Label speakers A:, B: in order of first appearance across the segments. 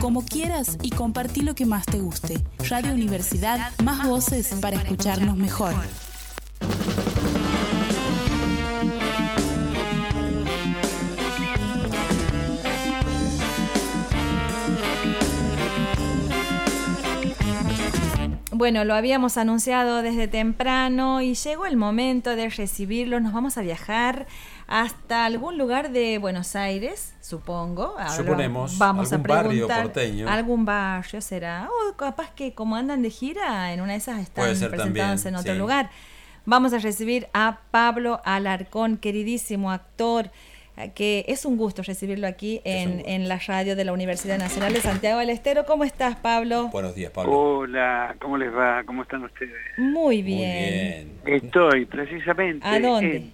A: como quieras y compartí lo que más te guste. Radio Universidad, más voces para escucharnos mejor.
B: Bueno, lo habíamos anunciado desde temprano y llegó el momento de recibirlos. Nos vamos a viajar hasta algún lugar de Buenos Aires, supongo. Ahora
C: Suponemos,
B: Vamos
C: algún
B: a
C: barrio
B: preguntar
C: porteño.
B: Algún barrio será. O capaz que como andan de gira, en una de esas están
C: Puede ser
B: presentadas
C: también,
B: en otro
C: sí.
B: lugar. Vamos a recibir a Pablo Alarcón, queridísimo actor eh, que es un gusto recibirlo aquí
C: Es un
B: en,
C: gusto.
B: en la radio de la Universidad Nacional de Santiago del Estero. ¿Cómo estás, Pablo?
C: Buenos días, Pablo.
D: Hola, ¿cómo les va? ¿Cómo están ustedes?
B: Muy
C: Muy
B: bien.
C: bien.
D: Estoy precisamente
B: ¿A dónde?
D: en-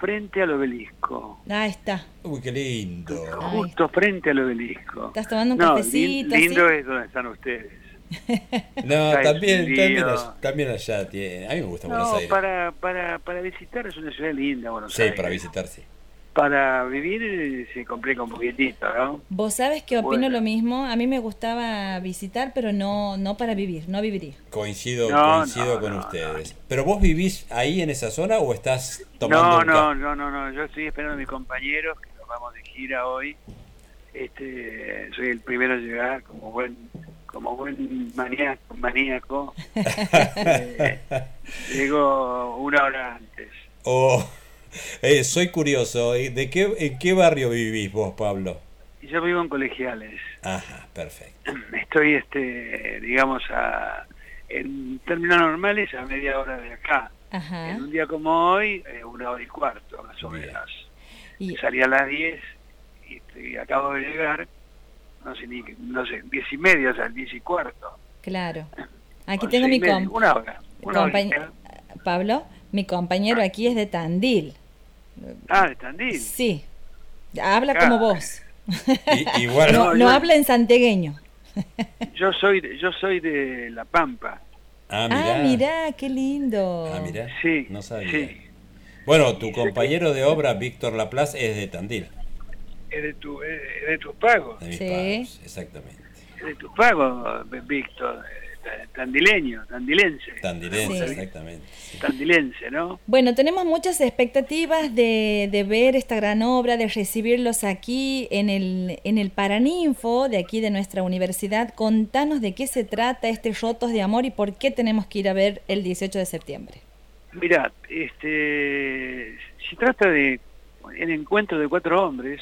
D: frente al obelisco.
B: Ahí está.
C: Uy, qué lindo.
B: Ahí
D: Justo frente al obelisco.
B: Estás tomando un
D: no,
B: cafecito,
D: lin- lindo
B: así.
D: es donde están ustedes.
C: No,
D: Ay,
C: también,
D: Dios.
C: también, allá, también allá tiene. A mí me gusta Buenos
D: no,
C: Aires.
D: para, para, para visitar es una ciudad linda, Buenos
C: Sí,
D: Aires.
C: para visitar, sí.
D: Para vivir eh, se complica un poquitito, ¿no?
B: Vos sabes que opino
D: Bueno.
B: lo mismo. A mí me gustaba visitar, pero no no para vivir, no viviría.
C: Coincido,
D: No,
C: coincido
D: no,
C: con
D: no,
C: ustedes. ¿Pero vos vivís ahí en esa zona o estás tomando
D: No,
C: un
D: no,
C: ca-
D: no, no, no, yo estoy esperando a mis compañeros que nos vamos de gira hoy. Este, soy el primero a llegar como buen como buen maníaco, maníaco. Eh, llego una hora antes.
C: O- eh, soy curioso, ¿eh? ¿de qué, en qué barrio vivís vos, Pablo?
D: Y Yo vivo en Colegiales.
C: Ajá, perfecto.
D: Estoy este, digamos a en términos normales a media hora de acá.
B: Ajá.
D: En un día como hoy, eh, una hora y cuarto más o
C: Bien.
D: menos.
B: Y,
D: Salí a las 10 y estoy- acabo de llegar, no sé, ni, no sé, 10 y media, o sea, 10 y cuarto.
B: claro. Aquí
D: Once
B: tengo
D: y
B: mi
D: media,
B: comp-
D: Una hora, una
B: compañ-
D: horita.
B: Pablo, mi compañero aquí es de Tandil.
D: Ah, de Tandil. Ah.
B: Sí. Habla
D: Claro.
B: como vos.
C: I- igual,
B: No,
D: No,
B: no
D: yo-
B: habla en santegueño.
D: Yo soy, de- yo soy de La Pampa.
C: ah, mirá.
B: Ah, mirá, qué lindo.
C: Ah, mirá.
D: Sí,
C: No sabía.
D: sí.
C: Bueno, tu compañero de obra, Víctor Laplace, es de Tandil,
D: Es de, tu, es de tus pagos,
C: de mis
B: Sí.
C: padres, exactamente.
D: es de tus pagos, Víctor, eh, ta- tandileño, tandilense.
C: Tandilense,
B: Sí.
C: exactamente. sí.
D: Tandilense, ¿no?
B: Bueno, tenemos muchas expectativas de, de ver esta gran obra, de recibirlos aquí en el, en el Paraninfo de aquí de nuestra universidad. Contanos de qué se trata este Rotos de Amor y por qué tenemos que ir a ver el 18 de septiembre.
D: Mirá, este, se trata de el encuentro de cuatro hombres,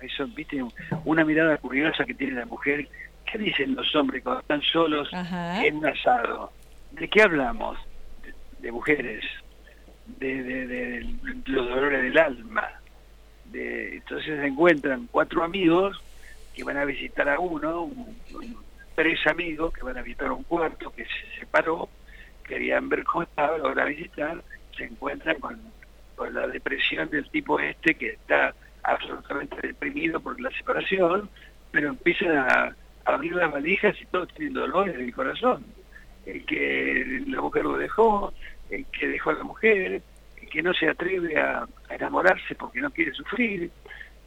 D: eso, viste, una mirada curiosa que tiene la mujer, ¿qué dicen los hombres cuando están solos
B: Ajá.
D: en un asado? ¿De qué hablamos? De, de mujeres, de, de- de los dolores del alma. De, entonces se encuentran cuatro amigos que van a visitar a uno, un- un- tres amigos que van a visitar a un cuarto que se separó, querían ver cómo estaba, lo van a visitar, se encuentran con, con la depresión del tipo este que está absolutamente deprimido por la separación, pero empiezan a abrir las valijas y todos tienen dolores en el corazón. El que la mujer lo dejó, el que dejó a la mujer, el que no se atreve a, a enamorarse porque no quiere sufrir,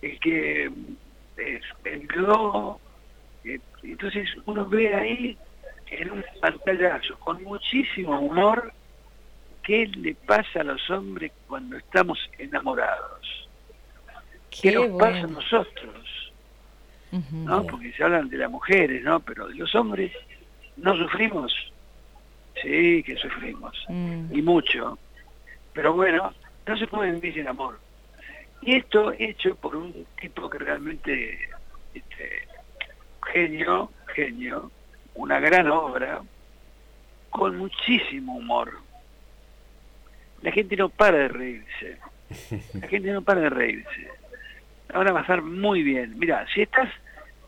D: el que mm, es el globo. Eh, Entonces uno ve ahí en un pantallazo con muchísimo humor qué le pasa a los hombres cuando estamos enamorados,
B: Qué
D: qué, nos pasa a
B: bueno.
D: nosotros.
B: Ujú.
D: ¿no?
C: Bien.
D: Porque se hablan de las mujeres, ¿no? Pero de los hombres no sufrimos. Sí, que sufrimos.
B: Mm.
D: Y mucho. Pero bueno, no se puede vivir sin amor. Y esto hecho por un tipo que realmente, este, genio, genio, una gran obra, con muchísimo humor. La gente no para de reírse. La gente no para de reírse. Ahora va a estar muy bien. Mira, si estás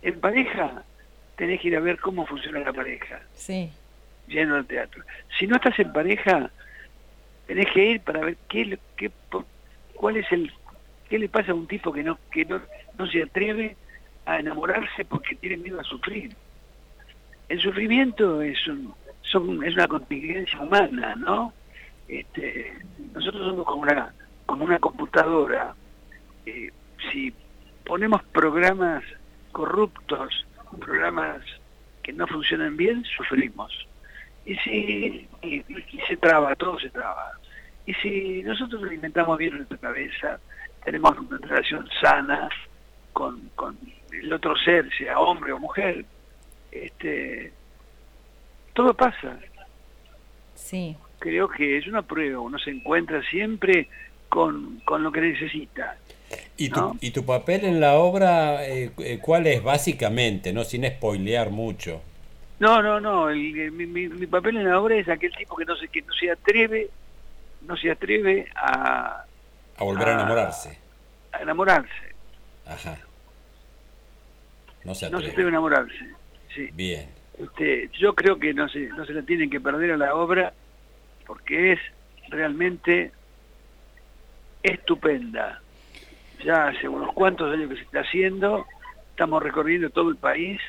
D: en pareja, tenés que ir a ver cómo funciona la pareja,
B: Sí.
D: lleno de teatro. Si no estás en pareja, tenés que ir para ver qué, le- qué por- cuál es el qué le pasa a un tipo que no que no, no se atreve a enamorarse porque tiene miedo a sufrir. El sufrimiento es un son, es una contingencia humana, ¿no? Este, nosotros somos como una como una computadora. Eh, si ponemos programas corruptos con programas que no funcionan bien, sufrimos. Y si y- y se traba, todo se traba. Y si nosotros alimentamos bien nuestra cabeza, tenemos una relación sana con, con el otro ser, sea hombre o mujer, este, todo pasa.
B: Sí,
D: Creo que es una prueba, uno se encuentra siempre con, con lo que necesita.
C: ¿Y tu,
B: Ah.
D: ¿No?
C: y tu papel en la obra, eh, cu- eh, cuál es básicamente, no sin spoilear mucho?
D: No, no, no. el- el- mi, mi- mi papel en la obra es aquel tipo que no se, que no se atreve, no se atreve a,
C: A volver a
D: Ah.
C: enamorarse.
D: a enamorarse.
C: Ajá. No se
D: No se
C: atreve.
D: atreve a enamorarse. Sí.
C: Bien.
D: Este, yo creo que no se, no se la tienen que perder a la obra porque es realmente estupenda. Ya hace unos cuantos años que se está haciendo, estamos recorriendo todo el país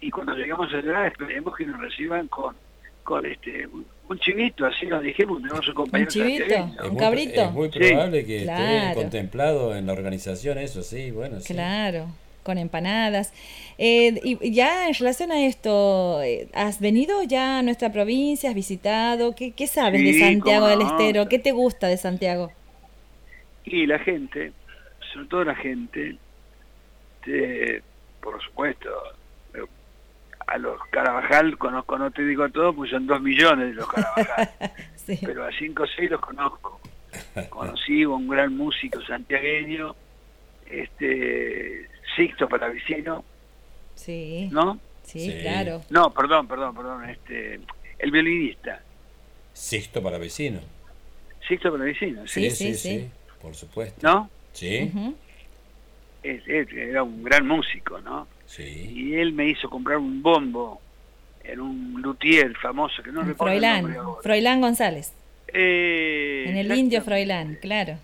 D: y cuando llegamos allá esperemos que nos reciban con, con este un, un chivito, así nos dijimos, tenemos un compañero.
B: chivito.
D: santiagueño.
B: ¿Un
C: muy-
B: cabrito?
C: es muy
D: Sí.
C: probable que esté
B: Claro.
C: contemplado en la organización eso, sí, bueno, sí.
B: claro, con empanadas. Eh, y y ya en relación a esto, eh, ¿has venido ya a nuestra provincia? ¿Has visitado? ¿Qué, qué sabes de
D: Sí,
B: Santiago
D: cómo
B: del
D: no.
B: Estero? ¿Qué te gusta de Santiago?
D: Y la gente, sobre todo la gente, este, por supuesto, eh, a los Carabajal conozco, no te digo a todos, pues son dos millones de los Carabajal,
B: Sí,
D: pero a cinco o seis los conozco. Conocí a un gran músico santiagueño, este, Sixto Palavicino,
B: sí,
D: ¿no?
B: sí,
C: Sí.
B: claro.
D: No, perdón, perdón, perdón, este, el violinista,
C: Sexto para vecino.
D: Sixto Palavicino, ¿sí?
B: Sí, sí, sí.
C: por supuesto.
D: ¿no?
C: Sí,
B: Ujú.
D: Es- es- era un gran músico, ¿no?
C: sí.
D: y él me hizo comprar un bombo en un luthier famoso que no recuerdo el nombre
B: Ah, Froilán,
D: ahora.
B: Froilán González.
D: Eh,
B: En el
D: exacto.
B: Indio Froilán, claro.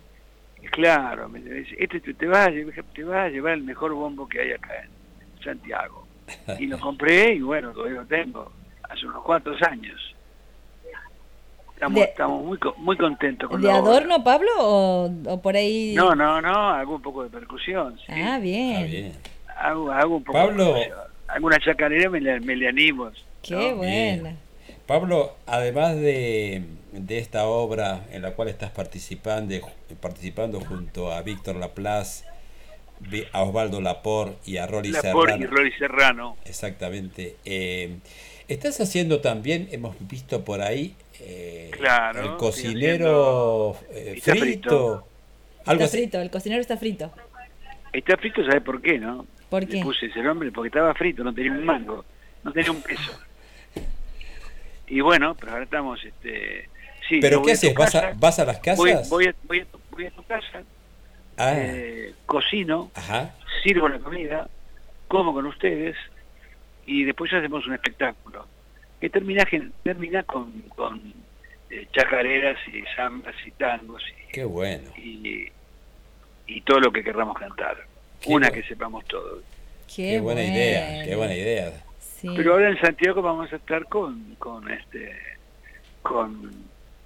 D: Claro, me dice, este te, te va a llevar, te va a llevar el mejor bombo que hay acá en Santiago. Y lo compré y bueno, todavía lo tengo, hace unos cuantos años. Estamos,
B: De-
D: estamos muy co- muy contentos con
B: ¿De
D: la obra.
B: adorno, Pablo, o, o por ahí?
D: No, no, no, hago un poco de percusión. ¿sí?
B: Ah, bien.
C: Ah, bien.
D: hago, hago un poco
C: Pablo.
D: de percusión. Alguna chacarera me le, me le animo.
B: Qué
D: ¿no?
B: bueno.
C: Pablo, además de, de esta obra en la cual estás participando, participando junto a Víctor Laplace, Vi- a Osvaldo Lapor y a Rolly
D: La
C: Serrano.
D: Borghi, Rory Serrano.
C: Exactamente. Eh, estás haciendo también, hemos visto por ahí, eh,
D: Claro,
C: el
D: estoy
C: cocinero eh,
D: pizza
C: frito.
D: frito.
B: está
C: Algo así.
B: frito, el cocinero está frito.
D: Está frito, ¿sabes por qué, no?
B: ¿Por
D: Le
B: qué?
D: puse ese nombre porque estaba frito, no tenía un mango, no tenía un peso. Y bueno, pero ahora estamos, este... Sí, yo
C: ¿Pero
D: voy
C: qué
D: a tu
C: haces? ¿Vas a,
D: casa,
C: vas a las casas?
D: Voy, voy a, voy a tu, voy a tu casa,
C: Ah,
D: eh, cocino,
C: Ajá.
D: sirvo la comida, como con ustedes y después hacemos un espectáculo. Que termina, gen- termina con, con eh, chacareras y zambas y tangos y
C: Qué bueno.
D: y, y todo lo que querramos cantar.
C: Qué
D: Una
C: bueno.
D: que sepamos todos.
C: Qué, buena
B: bueno.
C: idea. Qué buena idea.
B: Sí.
D: Pero ahora en Santiago vamos a estar con, con este con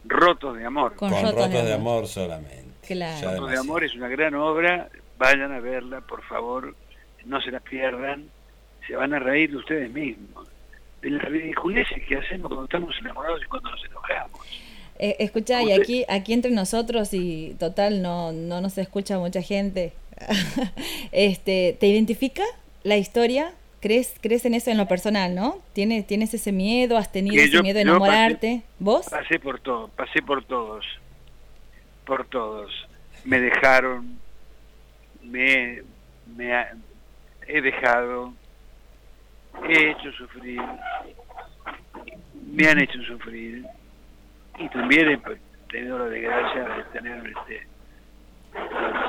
D: Rotos de Amor.
B: Con-
C: Con
B: Rotos de
C: rotos de amor,
B: Amor
C: solamente.
B: Claro.
C: Ya
D: Rotos de
C: demasiado.
D: Amor es una gran obra, vayan a verla, por favor, no se la pierdan, se van a reír de ustedes mismos. De las ridiculeces que hacemos cuando estamos enamorados y cuando nos enojamos.
B: Eh, escucha, y
D: Usted-
B: aquí, aquí entre nosotros, y total, no, no nos escucha mucha gente. este, ¿Te identifica la historia? ¿Crees, ¿Crees en eso en lo personal, no? ¿Tienes, tienes ese miedo? ¿Has tenido
D: Que
B: ese
D: yo-
B: miedo de
D: yo pasé-
B: enamorarte? ¿Vos?
D: Pasé por todo, pasé por todos, por todos. Me dejaron, me, me ha- he dejado, he hecho sufrir, me han hecho sufrir y también he tenido la desgracia de tener este,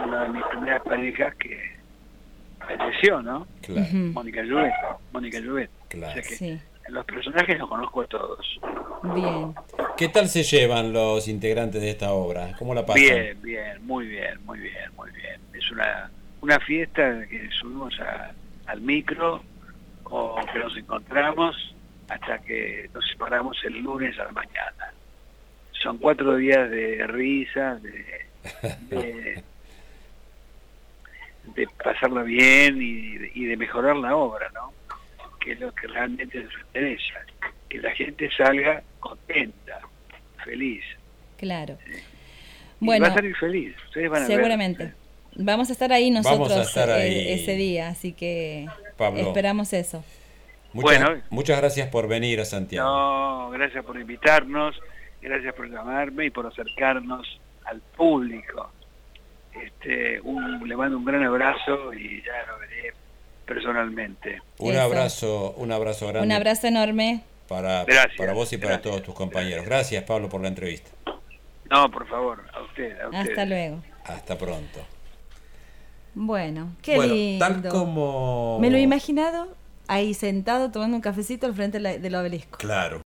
D: una de mis primeras parejas que falleció, ¿no?
C: Claro,
B: Ujú,
D: Mónica Llobet, Mónica Llobet. O
C: claro.
D: sea que
B: Sí,
D: los personajes los conozco a todos.
B: bien.
C: ¿Qué tal se llevan los integrantes de esta obra? ¿Cómo la pasan?
D: Bien, bien, muy bien, muy bien, muy bien. Es una, una fiesta que subimos a- al micro o que nos encontramos hasta que nos separamos el lunes a la mañana. Son cuatro días de risas, de, de, de pasarla bien y, y de mejorar la obra, ¿no? que es lo que realmente nos interesa, que la gente salga contenta, feliz.
B: Claro.
D: Y
B: Bueno,
D: va a salir feliz, ustedes van a ver.
B: seguramente. Vamos a estar ahí
C: Vamos a
B: nosotros
C: estar
B: eh,
C: ahí.
B: ese día, así que
C: Pablo.
B: esperamos eso.
C: Muchas,
D: Bueno.
C: muchas gracias por venir a Santiago.
D: No, gracias por invitarnos, gracias por llamarme y por acercarnos al público. Este, un- le mando un gran abrazo y ya lo veré personalmente.
C: un
B: Eso.
C: abrazo, un abrazo grande
B: Un abrazo enorme.
C: para,
D: Gracias,
C: para vos y para
D: gracias.
C: todos tus compañeros. Gracias Pablo por la entrevista.
D: No, por favor, a usted, a usted.
B: Hasta luego.
C: Hasta pronto.
B: Bueno, qué
C: bueno,
B: lindo.
C: tal como
B: Me lo he imaginado ahí sentado tomando un cafecito al frente de la- del obelisco.
C: Claro.